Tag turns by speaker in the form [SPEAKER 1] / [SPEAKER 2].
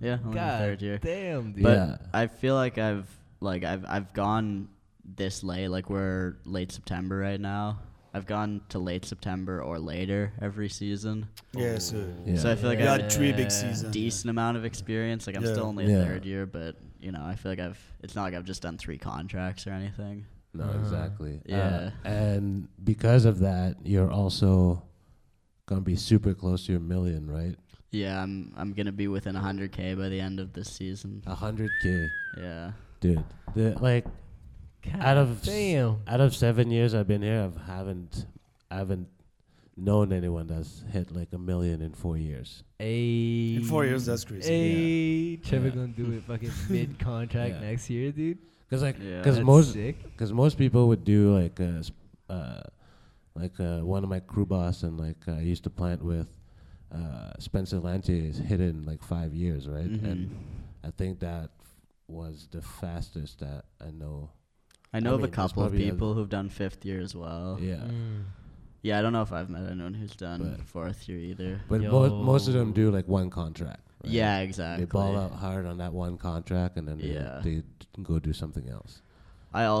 [SPEAKER 1] Yeah, only my
[SPEAKER 2] God
[SPEAKER 1] third year.
[SPEAKER 2] damn, dude.
[SPEAKER 1] But
[SPEAKER 3] Yeah.
[SPEAKER 1] I feel like I've like I've I've gone this late. Like we're late September right now. I've gone to late September or later every season.
[SPEAKER 4] Yeah, so
[SPEAKER 3] Yeah.
[SPEAKER 1] So I feel like
[SPEAKER 4] we
[SPEAKER 1] I
[SPEAKER 4] had
[SPEAKER 1] have
[SPEAKER 4] three big
[SPEAKER 2] Yeah.
[SPEAKER 1] a
[SPEAKER 4] seasons.
[SPEAKER 1] decent amount of experience. Like I'm
[SPEAKER 4] Yeah.
[SPEAKER 1] still only
[SPEAKER 3] Yeah.
[SPEAKER 1] a third year, but you know, I feel like I've it's not like I've just done three contracts or anything.
[SPEAKER 3] No,
[SPEAKER 2] Uh,
[SPEAKER 3] exactly. Uh,
[SPEAKER 1] yeah.
[SPEAKER 3] and because of that, you're also gonna be super close to your million, right?
[SPEAKER 1] Yeah, I'm I'm gonna be within 100k by the end of this season.
[SPEAKER 3] A hundred k,
[SPEAKER 1] Yeah,
[SPEAKER 3] dude. The, like out of s-
[SPEAKER 2] damn.
[SPEAKER 3] out of seven years I've been here, I haven't I haven't known anyone that's hit like a million in four years.
[SPEAKER 2] Hey.
[SPEAKER 4] In four years, that's crazy.
[SPEAKER 2] Hey, Trevor
[SPEAKER 3] Yeah.
[SPEAKER 2] gonna do it fucking mid contract
[SPEAKER 3] Yeah.
[SPEAKER 2] next year, dude.
[SPEAKER 3] Cause like,
[SPEAKER 1] Yeah.
[SPEAKER 3] cause
[SPEAKER 2] That's
[SPEAKER 3] most
[SPEAKER 2] sick.
[SPEAKER 3] Because most people would do like a, s- uh, like uh, one of my crew boss and like I used to plant with uh, Spencer Lante is hidden like five years, right? And
[SPEAKER 1] Mhm.
[SPEAKER 3] I think that was the fastest that I know.
[SPEAKER 1] I know
[SPEAKER 3] I
[SPEAKER 1] of
[SPEAKER 3] mean,
[SPEAKER 1] a
[SPEAKER 3] that's
[SPEAKER 1] couple of
[SPEAKER 3] probably a-
[SPEAKER 1] people who've done fifth year as well.
[SPEAKER 3] Yeah,
[SPEAKER 2] Mm.
[SPEAKER 1] Yeah, I don't know if I've met anyone who's done
[SPEAKER 3] But-
[SPEAKER 1] fourth year either.
[SPEAKER 3] but most most of them
[SPEAKER 2] Yo.
[SPEAKER 3] do like one contract. right?
[SPEAKER 1] Yeah, exactly.
[SPEAKER 3] They ball out hard on that one contract and then they-
[SPEAKER 1] Yeah.
[SPEAKER 3] they d- go do something else.
[SPEAKER 1] I